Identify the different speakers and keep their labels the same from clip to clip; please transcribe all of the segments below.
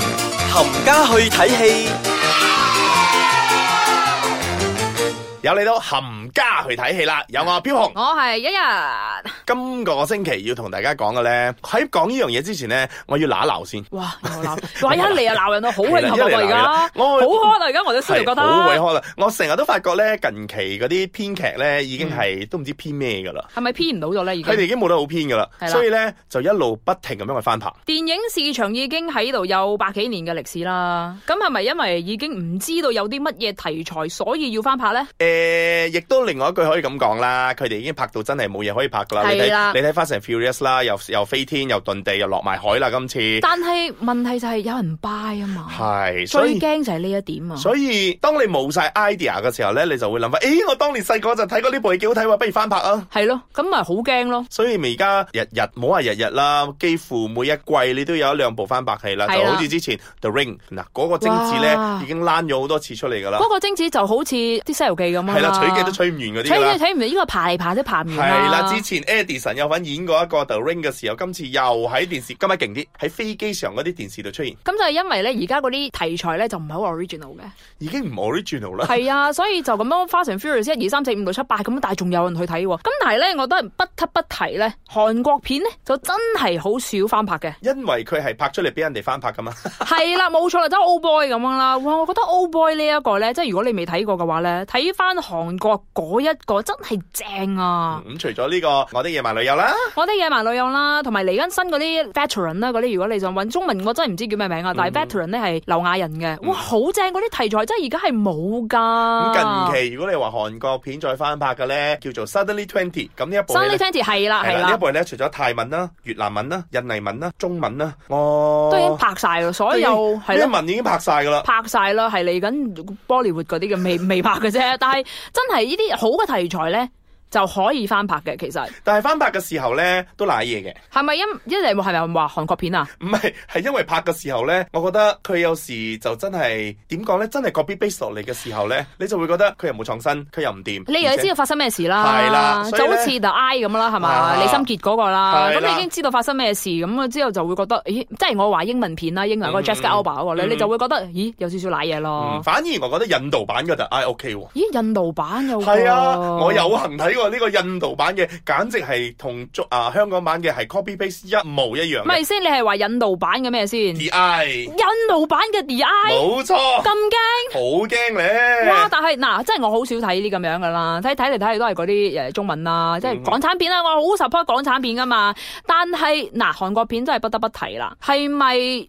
Speaker 1: 冚家去睇戲，
Speaker 2: 有你都冚家去睇戲啦！有我標紅，
Speaker 3: 我係一日，
Speaker 2: 今個星期要同大家講嘅咧，喺講呢樣嘢之前咧，我要嗱一鬧先。
Speaker 3: 哇！又鬧，哇！一嚟就鬧人咯，好慶幸啊！我而
Speaker 2: 一嚟鬧人
Speaker 3: 家
Speaker 2: 啦我
Speaker 3: 好開啦，而家我都先嚟覺
Speaker 2: 係好鬼
Speaker 3: 得，
Speaker 2: 開啦！我成日都發覺咧，近期嗰啲編劇咧已經係、都唔知編咩噶啦，
Speaker 3: 係咪編唔到咗咧？已
Speaker 2: 佢哋已
Speaker 3: 經
Speaker 2: 經冇得好編噶啦，
Speaker 3: 係啦
Speaker 2: 所以咧就一路不停咁樣去翻拍。
Speaker 3: 電影市場已經喺度有百幾年嘅歷史啦。咁係咪因為已經唔知道有啲乜嘢題材，所以要翻拍咧？
Speaker 2: 誒、亦都另外一句可以咁講啦，佢哋已經拍到真係冇嘢可以拍㗎啦。你
Speaker 3: 係啦
Speaker 2: 睇你睇《Fast and Furious》啦，又又飛天，又遁地，又落埋海啦，今次
Speaker 3: 但係問題就係有人 buy 啊嘛，
Speaker 2: 係，所
Speaker 3: 最
Speaker 2: 以。
Speaker 3: 驚就係呢一點啊。
Speaker 2: 所以當你冇晒 idea 嘅時候咧，你就會諗翻，誒、我當年細個就睇過呢部戲幾好睇喎，不如翻拍啊！
Speaker 3: 係咯，咁咪好驚咯。
Speaker 2: 所以咪而家日日冇話日日啦，幾乎每一季你都有一兩部翻拍戲啦，
Speaker 3: 係
Speaker 2: 就
Speaker 3: 啦
Speaker 2: 好似之前 The Ring 嗱嗰、個精子咧
Speaker 3: 哇
Speaker 2: 已經躝咗好多次出嚟㗎啦，
Speaker 3: 嗰個精子就好似啲《西遊記》咁啊，
Speaker 2: 啊係啦，取嘅都取唔完嗰啲
Speaker 3: 睇
Speaker 2: 㗎啦
Speaker 3: 睇。睇唔到，呢個爬嚟爬去都爬唔完啊
Speaker 2: 係啦，之前 Edison 有份演過一個 The Ring 嘅時候，今次又喺電視，今日勁啲喺飛機上嗰啲電視度出現，
Speaker 3: 咁就係因為咧，而家嗰啲題材咧就唔係好 original 嘅，
Speaker 2: 已經唔 original 啦。，
Speaker 3: 係啊，所以就咁樣《Fast and Furious》一二三四五六七八咁，但係仲有人去睇喎。咁但係咧，我都係不得不提咧，韓國片咧就真係好少翻拍嘅
Speaker 2: 因為佢係拍出嚟俾人哋翻拍噶嘛，
Speaker 3: 係啦，冇錯啦，即係 Old Boy 咁樣啦。哇，我覺得 Old Boy 呢一個咧，即係如果你未睇過嘅話咧，睇翻韓國嗰一個真係正啊！
Speaker 2: 咁除咗呢個我的野蠻女友啦，
Speaker 3: 我啲野蠻女友啦，同埋嚟緊新嗰啲 veteran 啦，嗰啲如果你想揾中文，我真係唔知叫咩名啊。但
Speaker 2: 嗯
Speaker 3: 係 veteran 咧係劉亞仁嘅，哇，好正嗰啲題材真係而家係冇㗎。
Speaker 2: 咁近期如果你話韓國片再翻拍嘅咧，叫做 Suddenly Twenty，咁呢一部戲
Speaker 3: Sunny
Speaker 2: 呢
Speaker 3: Twenty 係啦
Speaker 2: 係
Speaker 3: 係
Speaker 2: 啦，呢一
Speaker 3: 啦，
Speaker 2: 部咧除咗泰文啦、越南文啦、印尼文啦、中文啦，
Speaker 3: 都已經
Speaker 2: 哦，
Speaker 3: 拍晒啦，所有
Speaker 2: 呢
Speaker 3: 係
Speaker 2: 一
Speaker 3: 咯。
Speaker 2: 文已經拍晒噶啦。
Speaker 3: 拍晒啦，係嚟緊 Bollywood 嗰啲嘅未未拍 嘅啫，但係真係呢啲好嘅題材咧就可以翻拍嘅。其實
Speaker 2: 但係翻拍嘅時候咧都賴嘢嘅，
Speaker 3: 係咪因一嚟係咪話韓國片啊？
Speaker 2: 唔係係因為拍嘅時候咧，我覺得佢有時就真係點講咧，真係 copy base 落嚟嘅時候咧，你就會覺得佢又冇創新，佢又唔掂。
Speaker 3: 你又知道發生咩事啦，
Speaker 2: 係啦所以
Speaker 3: 就
Speaker 2: 呢
Speaker 3: 好似 The I 咁啦，係
Speaker 2: 啊
Speaker 3: 嘛？李心潔嗰個啦，
Speaker 2: 係
Speaker 3: 咁
Speaker 2: 啦
Speaker 3: 你已經知道發生咩事，咁啊之後就會覺得，咦，即係我話英文片啦，英文嗰個
Speaker 2: 嗯
Speaker 3: Jessica Alba 嗰個咧，
Speaker 2: 嗯
Speaker 3: 你就會覺得，咦，有少少賴嘢
Speaker 2: 嗯
Speaker 3: 咯。
Speaker 2: 反而我覺得印度版嘅就唉 OK 喎。
Speaker 3: 咦，印度版有個
Speaker 2: 係啊，
Speaker 3: 哦
Speaker 2: 我有幸睇過呢個印度版嘅，簡直係同中啊香港版嘅係 copy paste 一模一樣嘅。
Speaker 3: 咪先？你係話印度版嘅咩先？
Speaker 2: D I，
Speaker 3: 印度版嘅 The I
Speaker 2: 冇錯，好
Speaker 3: 咁驚？
Speaker 2: 驚咧。
Speaker 3: 哇！但係嗱，即係我好少睇呢啲咁樣噶啦，睇睇嚟睇去都係嗰啲誒中文啊啦，即
Speaker 2: 嗯
Speaker 3: 係港產片啦，我好 support 港產片噶嘛。但係嗱，韓國片真係不得不提啦。係咪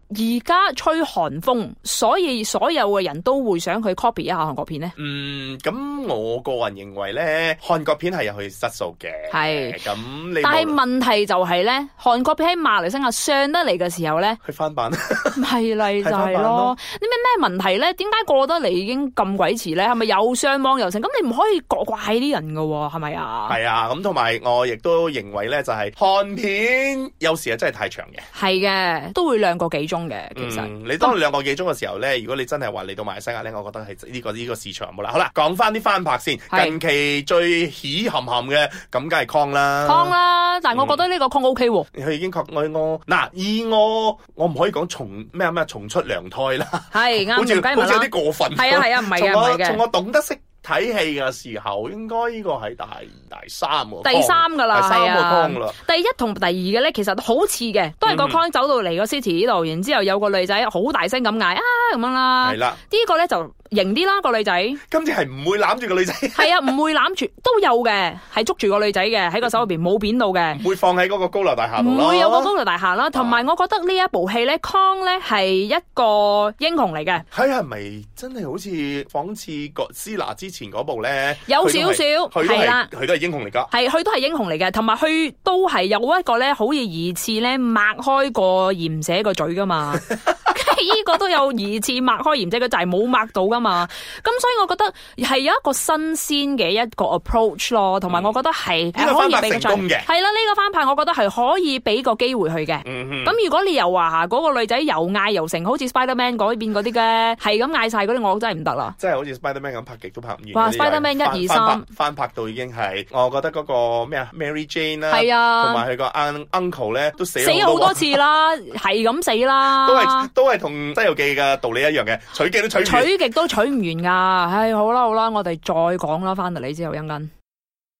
Speaker 3: 而家吹韓風，所以所有嘅人都會想去 copy 一下韓國片呢？
Speaker 2: 嗯，咁我個人認為咧，韓國片係有佢質素嘅。
Speaker 3: 係
Speaker 2: 咁你
Speaker 3: 但係
Speaker 2: 冇
Speaker 3: 問題就係呢，韓國片喺馬來西亞上得嚟嘅時候呢，
Speaker 2: 去翻版，
Speaker 3: 咪嚟就
Speaker 2: 睇翻
Speaker 3: 係
Speaker 2: 版咯
Speaker 3: 咯。你咩咩問題呢？點解過得嚟已經咁鬼遲呢？係咪又上網又成？咁你唔可以怪怪啲人噶喎，係咪啊？
Speaker 2: 係啊，咁同埋我亦都認為咧，就係、韓片有時係啊真係太長嘅。
Speaker 3: 係嘅，都會兩個幾鐘嘅，其實。
Speaker 2: 嗯，你當你兩個幾鐘嘅時候咧，如果你真係話嚟到馬來西亞咧，我覺得係呢、個呢、個市場冇啦。好啦，講翻啲翻拍先，
Speaker 3: 係
Speaker 2: 近期最喜冚冚嘅咁，梗係 Kong 啦。
Speaker 3: 康
Speaker 2: 嗯
Speaker 3: 啦，但我覺得呢個康 O K 喎，
Speaker 2: 佢已經確我我嗱，以我我唔可以講重咩啊咩啊重出娘胎啦，
Speaker 3: 係啱
Speaker 2: 好似
Speaker 3: 條雞
Speaker 2: 好
Speaker 3: 文
Speaker 2: 似有
Speaker 3: 啦
Speaker 2: 啲，過分。
Speaker 3: 係啊係啊，唔 係嘅
Speaker 2: 從
Speaker 3: 唔
Speaker 2: 我
Speaker 3: 係
Speaker 2: 從
Speaker 3: 嘅，
Speaker 2: 我懂得識睇戲嘅時候，應該呢個係大大三個
Speaker 3: 第三噶啦，
Speaker 2: 第
Speaker 3: 係
Speaker 2: 三個
Speaker 3: 啊
Speaker 2: Kong 啦，
Speaker 3: 第一同第二嘅咧，其實好似嘅，都係個
Speaker 2: 嗯
Speaker 3: con 走到嚟個 city 呢度，然之後有個女仔好大聲咁嗌啊咁樣啦，
Speaker 2: 係
Speaker 3: 呢
Speaker 2: 啦，
Speaker 3: 個咧就型啲啦個女仔，
Speaker 2: 今次係唔會攬住個女仔，
Speaker 3: 係啊唔會攬住都有嘅，係捉住個女仔嘅喺個手入邊冇扁到嘅。
Speaker 2: 唔會放喺嗰個高樓大廈度
Speaker 3: 唔
Speaker 2: 咯。
Speaker 3: 會啊有個高樓大廈啦，同埋我覺得呢一部戲咧，Kong 咧係一個英雄嚟嘅，
Speaker 2: 睇係咪真係好似仿似葛斯拿之前嗰部咧？
Speaker 3: 有少少
Speaker 2: 佢都
Speaker 3: 係啦
Speaker 2: 係。佢都係英雄嚟㗎。
Speaker 3: 係佢都係英雄嚟嘅，同埋佢都係有一個咧，好似疑似咧擘開個鹽蛇個嘴噶嘛。 呢個都有疑似擘開鹽仔，佢就係冇擘到噶嘛。咁所以我覺得係有一個新鮮嘅一個 approach 咯，同埋我覺得係
Speaker 2: 嗯呢個
Speaker 3: 可
Speaker 2: 翻
Speaker 3: 以
Speaker 2: 拍
Speaker 3: 俾個
Speaker 2: 成功嘅
Speaker 3: 係啦，呢個翻拍我覺得係可以俾個機會佢嘅。
Speaker 2: 嗯哼，
Speaker 3: 咁如果你又話嚇嗰個女仔又嗌又成，好似 Spiderman 嗰邊嗰啲嘅，係咁嗌晒嗰啲，我真係唔得啦。
Speaker 2: 真係好似 Spiderman 咁拍極都拍唔完。
Speaker 3: 哇
Speaker 2: 嗰啲又係
Speaker 3: Spiderman
Speaker 2: 翻
Speaker 3: 一二三
Speaker 2: 翻拍翻拍到已經係，我覺得嗰個咩啊 Mary Jane 啦，
Speaker 3: 係啊
Speaker 2: 同埋佢個 un- uncle 咧都死
Speaker 3: 死咗
Speaker 2: 咗
Speaker 3: 好多
Speaker 2: 次，
Speaker 3: 次啦，係咁死啦，
Speaker 2: 都係都係同同《西遊記》嘅道理一樣嘅，取經都取唔完。
Speaker 3: 取極都取唔完噶，唉，好啦好啦，我哋再講啦，翻嚟你之後一間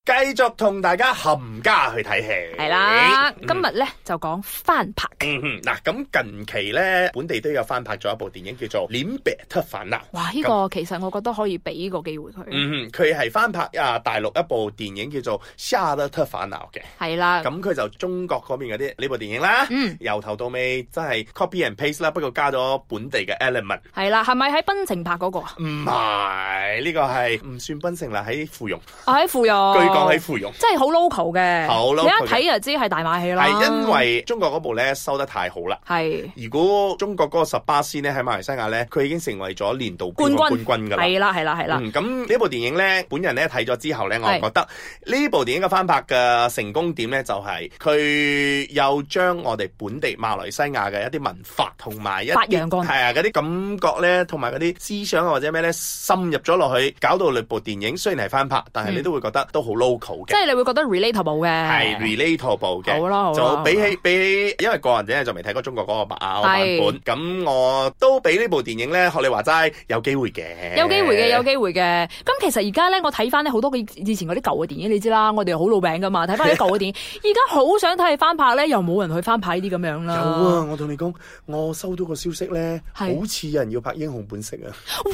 Speaker 2: 繼續同大家冚家去睇戲。
Speaker 3: 係啦，
Speaker 2: 嗯
Speaker 3: 今日咧就講翻拍，
Speaker 2: 嗯哼，嗱咁近期咧，本地都有翻拍咗一部電影叫做《臉病特煩惱》。
Speaker 3: 哇！呢個其實我覺得可以俾個機會佢，
Speaker 2: 嗯哼，佢係翻拍啊大陸一部電影叫做《夏洛特煩惱》嘅，
Speaker 3: 係啦，
Speaker 2: 咁佢就中國嗰邊嗰啲呢部電影啦，
Speaker 3: 嗯，
Speaker 2: 由頭到尾真係 copy and paste 啦，不過加咗本地嘅 element。
Speaker 3: 係啦，係咪喺檳城拍嗰個啊？
Speaker 2: 唔係呢個係唔算檳城啦，喺芙蓉，據
Speaker 3: 啊喺芙蓉，
Speaker 2: 講喺芙蓉。
Speaker 3: 真係好 local 嘅，
Speaker 2: 好 local
Speaker 3: 你一睇就知係大馬戲啦，
Speaker 2: 係因為中國嗰部咧收得太好啦。
Speaker 3: 係
Speaker 2: 如果中國嗰個十八仙咧喺馬來西亞咧，佢已經成為咗年度票
Speaker 3: 冠
Speaker 2: 房
Speaker 3: 軍
Speaker 2: 冠軍㗎啦。
Speaker 3: 係啦係啦係啦，
Speaker 2: 嗯，咁呢部電影咧，本人咧睇咗之後咧，我
Speaker 3: 係
Speaker 2: 覺得呢部電影嘅翻拍嘅成功點咧，就係佢又將我哋本地馬來西亞嘅一啲文化同埋一
Speaker 3: 發
Speaker 2: 啲
Speaker 3: 揚光大
Speaker 2: 係啊嗰啲感覺咧，同埋嗰啲思想啊或者咩咧，深入咗落去，搞到你部電影雖然係翻拍，但係你
Speaker 3: 嗯
Speaker 2: 都會覺得都好 local
Speaker 3: 即
Speaker 2: 嘅，
Speaker 3: 係你會覺得 relatable
Speaker 2: 係
Speaker 3: 嘅，
Speaker 2: relatable 嘅。
Speaker 3: 好啦好啦，啊
Speaker 2: 就比
Speaker 3: 好啦
Speaker 2: 起比起，因為個人咧就未睇過中國嗰個版版
Speaker 3: 係
Speaker 2: 本，咁我都俾呢部電影咧學你話齋有機會嘅，
Speaker 3: 有機會嘅，有機會嘅。咁其實而家咧，我睇翻咧好多嘅以前嗰啲舊嘅電影，你知啦，我哋好老餅噶嘛，睇翻 啲舊嘅電影，而家好想睇翻拍咧，又冇人去翻拍呢啲咁樣啦。
Speaker 2: 有啊！我同你講，我收到個消息咧，好
Speaker 3: 係
Speaker 2: 似有人要拍《英雄本色》啊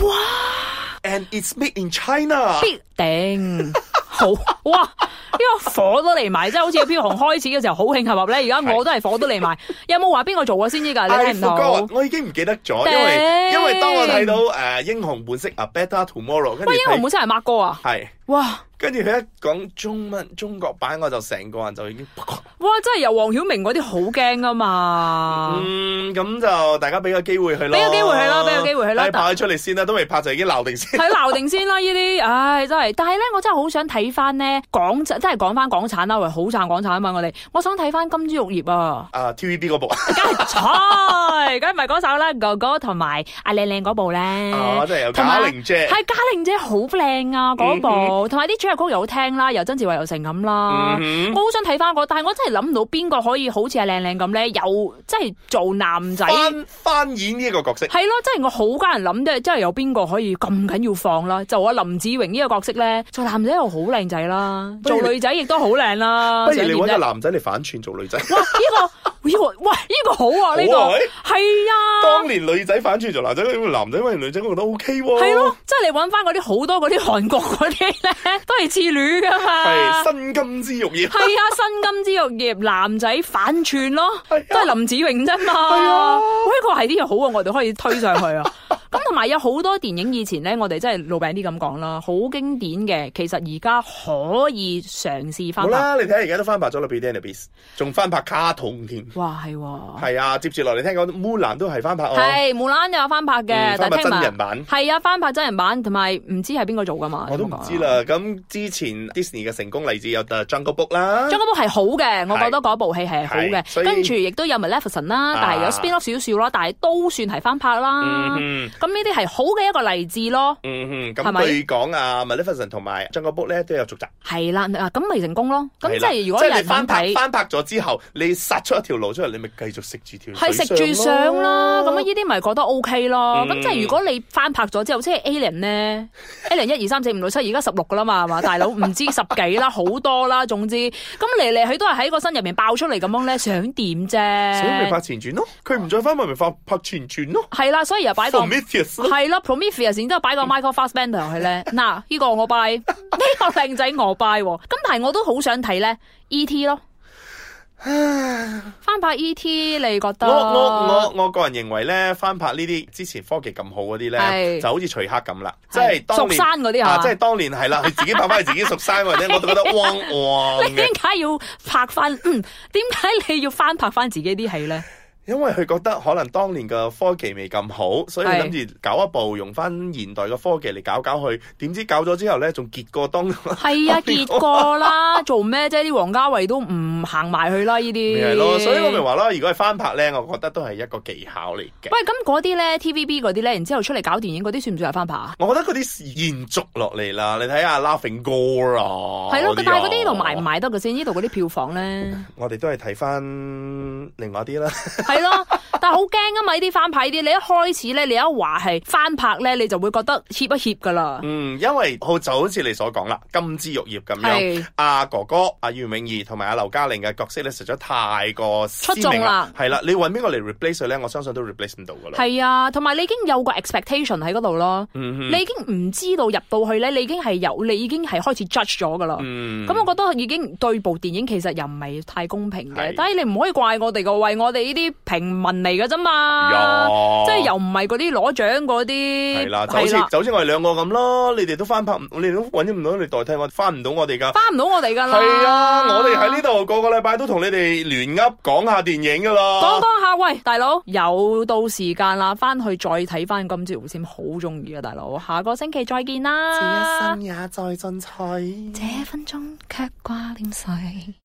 Speaker 3: 哇，
Speaker 2: ，and it's made in China。
Speaker 3: 必定 好哇！呢個火都嚟埋，即係好似飄紅開始嘅時候好興合合咧，而家我都係火都嚟埋。有冇話邊個做過先知㗎？
Speaker 2: I
Speaker 3: 你睇唔到
Speaker 2: forgot，。我已經唔記得咗，因為
Speaker 3: 頂
Speaker 2: 因為當我睇到誒、呃英雄本色》啊，《Better Tomorrow》，跟住
Speaker 3: 喂，英雄
Speaker 2: 睇
Speaker 3: 本身係 Mark 哥啊！
Speaker 2: 係，
Speaker 3: 哇
Speaker 2: 跟住佢一講中文中國版，我就成個人就已經，
Speaker 3: 哇，真係由黃曉明嗰啲好驚噶嘛！
Speaker 2: 嗯，咁就大家俾個機會佢咯，
Speaker 3: 俾個機會佢啦俾個機會佢啦
Speaker 2: 唉
Speaker 3: 但
Speaker 2: 拍佢出嚟先啦，都未拍就已經鬧定 先。
Speaker 3: 睇鬧定先啦，呢啲，唉，真係。但係咧，我真係好想睇翻咧港產，真係講翻港產啦，喂，好撐港產啊嘛，我哋，我想睇翻《金枝玉葉》啊，
Speaker 2: 啊，TVB 嗰部啊，
Speaker 3: 梗係錯， 梗係唔係嗰首啦，哥哥同埋阿靚靚嗰部咧，
Speaker 2: 啊真哦係有
Speaker 3: 嗯同埋
Speaker 2: 賈玲姐，
Speaker 3: 係嘉玲姐好靚啊，嗰部，同埋啲主題曲又好聽啦，又曾志偉又成咁啦。
Speaker 2: 嗯
Speaker 3: 我好想睇翻嗰，但係我真係諗唔到邊個可以好似阿靚靚咁咧，又即係做男仔
Speaker 2: 哼，。翻翻演呢一個角色。
Speaker 3: 係咯，真係我好家人諗啫，真係有邊個可以咁緊要放啦？就我林子榮呢個角色咧，做男仔又好靚仔啦，
Speaker 2: 不如
Speaker 3: 做
Speaker 2: 你
Speaker 3: 女仔亦都好靚啦。
Speaker 2: 不如你揾個
Speaker 3: 想點啫
Speaker 2: 男仔嚟反串做女仔。
Speaker 3: 哇！呢、個呢、個喂呢、個好啊，呢、個
Speaker 2: 好啊喂
Speaker 3: 係啊，
Speaker 2: 當年女仔反轉做男仔，男仔揾女仔，我覺得 O K 喎。
Speaker 3: 係咯，即係你揾翻嗰啲好多嗰啲韓國嗰啲咧，都係次女噶嘛。
Speaker 2: 係新金枝玉葉。
Speaker 3: 啊係啊，新金枝玉葉男仔反串咯，
Speaker 2: 係啊
Speaker 3: 都係林子穎啫
Speaker 2: 係
Speaker 3: 嘛
Speaker 2: 啊。
Speaker 3: 喂，呢個係啲嘢好啊，我哋可以推上去啊。 咁同埋有好多電影以前咧，我哋真係老餅啲咁講啦，好經典嘅，其實而家可以嘗試
Speaker 2: 好
Speaker 3: 翻拍。
Speaker 2: 啦，你睇下而家都翻拍咗啦《Beauty and the Beast》，仲翻拍卡通添。
Speaker 3: 哇，係喎，
Speaker 2: 係啊，接住落嚟聽講《木蘭》都係翻拍哦，
Speaker 3: 哦係無啦啦有翻拍嘅
Speaker 2: 嗯，翻
Speaker 3: 但係
Speaker 2: 拍
Speaker 3: 聽
Speaker 2: 真人
Speaker 3: 聞
Speaker 2: 版。
Speaker 3: 係啊，翻拍真人版，同埋唔知係邊個做噶嘛？
Speaker 2: 我都唔知。啦。咁之前 Disney 嘅成功例子有《The Jungle Book》啦，
Speaker 3: 張嗰部係好嘅，我覺得嗰部戲係好
Speaker 2: 係所
Speaker 3: 嘅，
Speaker 2: 以
Speaker 3: 跟住亦都有 Maleficent 啦，但係有
Speaker 2: 啊
Speaker 3: spin off 少少啦，但係都算係翻拍啦。
Speaker 2: 嗯哼
Speaker 3: 咁呢啲係好嘅一個例子咯，
Speaker 2: 嗯哼，
Speaker 3: 係
Speaker 2: 咁
Speaker 3: 咪
Speaker 2: 據講啊，《Maleficent》同埋《Jungle Book》咧都有續集。
Speaker 3: 係啦，啊咁咪成功咯。咁
Speaker 2: 係
Speaker 3: 即
Speaker 2: 啦
Speaker 3: 係如果
Speaker 2: 即
Speaker 3: 有
Speaker 2: 係你
Speaker 3: 人
Speaker 2: 翻
Speaker 3: 肯
Speaker 2: 拍
Speaker 3: 睇，
Speaker 2: 翻拍咗之後，你殺出一條路出嚟，你咪繼續食住條
Speaker 3: 係食住相
Speaker 2: 相
Speaker 3: 啦。咁
Speaker 2: 樣
Speaker 3: 啊，呢啲咪覺得 O K 咯。
Speaker 2: 嗯
Speaker 3: 咁即係如果你翻拍咗之後，即係 Alien 咧，Alien 一二三四五六七，而家十六噶啦嘛，係嘛？ 大佬唔知十幾啦，好多啦，總之咁嚟嚟去都係喺個身入面爆出嚟咁樣咧，想點
Speaker 2: 所以咪
Speaker 3: 啫
Speaker 2: 拍？前傳咯，佢唔再翻咪咪拍拍前傳咯
Speaker 3: 係啦，所以又擺個。
Speaker 2: ，Prometheus 咯，
Speaker 3: 係啦，Prometheus 然之 後擺個 Michael Fassbender 落去咧，嗱呢個我 buy，呢個靚仔我 buy，喎咁但係我都好想睇咧 E.T. 咯，翻拍 E.T. 你覺得？
Speaker 2: 我我我我個人認為咧，翻拍呢啲之前科技咁好嗰啲咧，
Speaker 3: 係
Speaker 2: 就好似徐克咁啦，即
Speaker 3: 係
Speaker 2: 係當
Speaker 3: 蜀
Speaker 2: 年
Speaker 3: 山嗰啲係
Speaker 2: 啊，
Speaker 3: 嘛
Speaker 2: 即係當年係啦，佢自己拍翻佢自己蜀山嗰啲，我都 覺得汪汪
Speaker 3: 你
Speaker 2: 嘅
Speaker 3: 點，解要拍翻？嗯，點解你要翻拍翻自己 啲戲咧？
Speaker 2: 因為佢覺得可能當年嘅科技未咁好，所以
Speaker 3: 係
Speaker 2: 諗住搞一部用翻現代嘅科技嚟搞搞去，點知搞咗之後咧，仲結過當。
Speaker 3: 係啊，結過啦，做咩啫？啲王家衛都唔行埋去啦，
Speaker 2: 咪
Speaker 3: 呢啲
Speaker 2: 係咯，所以我咪話咯，如果係翻拍咧，我覺得都係一個技巧嚟嘅。
Speaker 3: 喂，咁嗰啲咧 TVB 嗰啲咧，然之後出嚟搞電影嗰啲，算唔算係翻拍啊？
Speaker 2: 我覺得嗰啲延續落嚟啦，你睇下 Laughing 哥啊，
Speaker 3: 係咯，
Speaker 2: 嗰
Speaker 3: 但
Speaker 2: 啲啊哦
Speaker 3: 係嗰啲呢度賣唔？賣得嘅先？呢度嗰啲票房咧？
Speaker 2: 我哋都係睇翻另外一啲啦，
Speaker 3: 係咯，但係好驚啊嘛！呢啲翻拍呢啲，你一開始咧，你一話係翻拍咧，你就會覺得怯一怯噶啦。
Speaker 2: 嗯，因為好就好似你所講啦，金枝玉葉咁樣。
Speaker 3: 係
Speaker 2: 阿、哥哥、阿、袁詠儀同埋阿劉嘉玲嘅角色咧，實在太過出
Speaker 3: 出眾啦
Speaker 2: 係啦，你揾邊個嚟 replace 佢咧？我相信都 replace 唔到噶啦。
Speaker 3: 係啊，同埋你已經有個 expectation 喺嗰度咯，
Speaker 2: 嗯
Speaker 3: 你已經唔知道入到去咧，你已經係有，你已經係開始 judge 咗噶啦。
Speaker 2: 嗯
Speaker 3: 咁、我覺得已經對部電影其實又唔係太公平嘅
Speaker 2: 係，
Speaker 3: 但係你唔可以怪我哋個，為我哋呢啲平民嚟嘅啫嘛，
Speaker 2: 呀
Speaker 3: 啊即係又唔係嗰啲攞獎嗰啲，
Speaker 2: 係啦，就好似
Speaker 3: 係啦
Speaker 2: 就好似我哋兩個咁咯，你哋都翻拍唔，你哋都揾唔到你代替我，翻唔到我哋噶。
Speaker 3: 翻唔到我哋噶啦。
Speaker 2: 係啊，我哋喺呢度個個禮拜都同你哋聯噏講下電影噶
Speaker 3: 講
Speaker 2: 啦。
Speaker 3: 講下，喂，大佬有到時間啦，翻去再睇翻今朝無線，好中意啊，大佬，下個星期再見啦。
Speaker 2: 也在進取。
Speaker 3: 這分鐘卻掛念誰？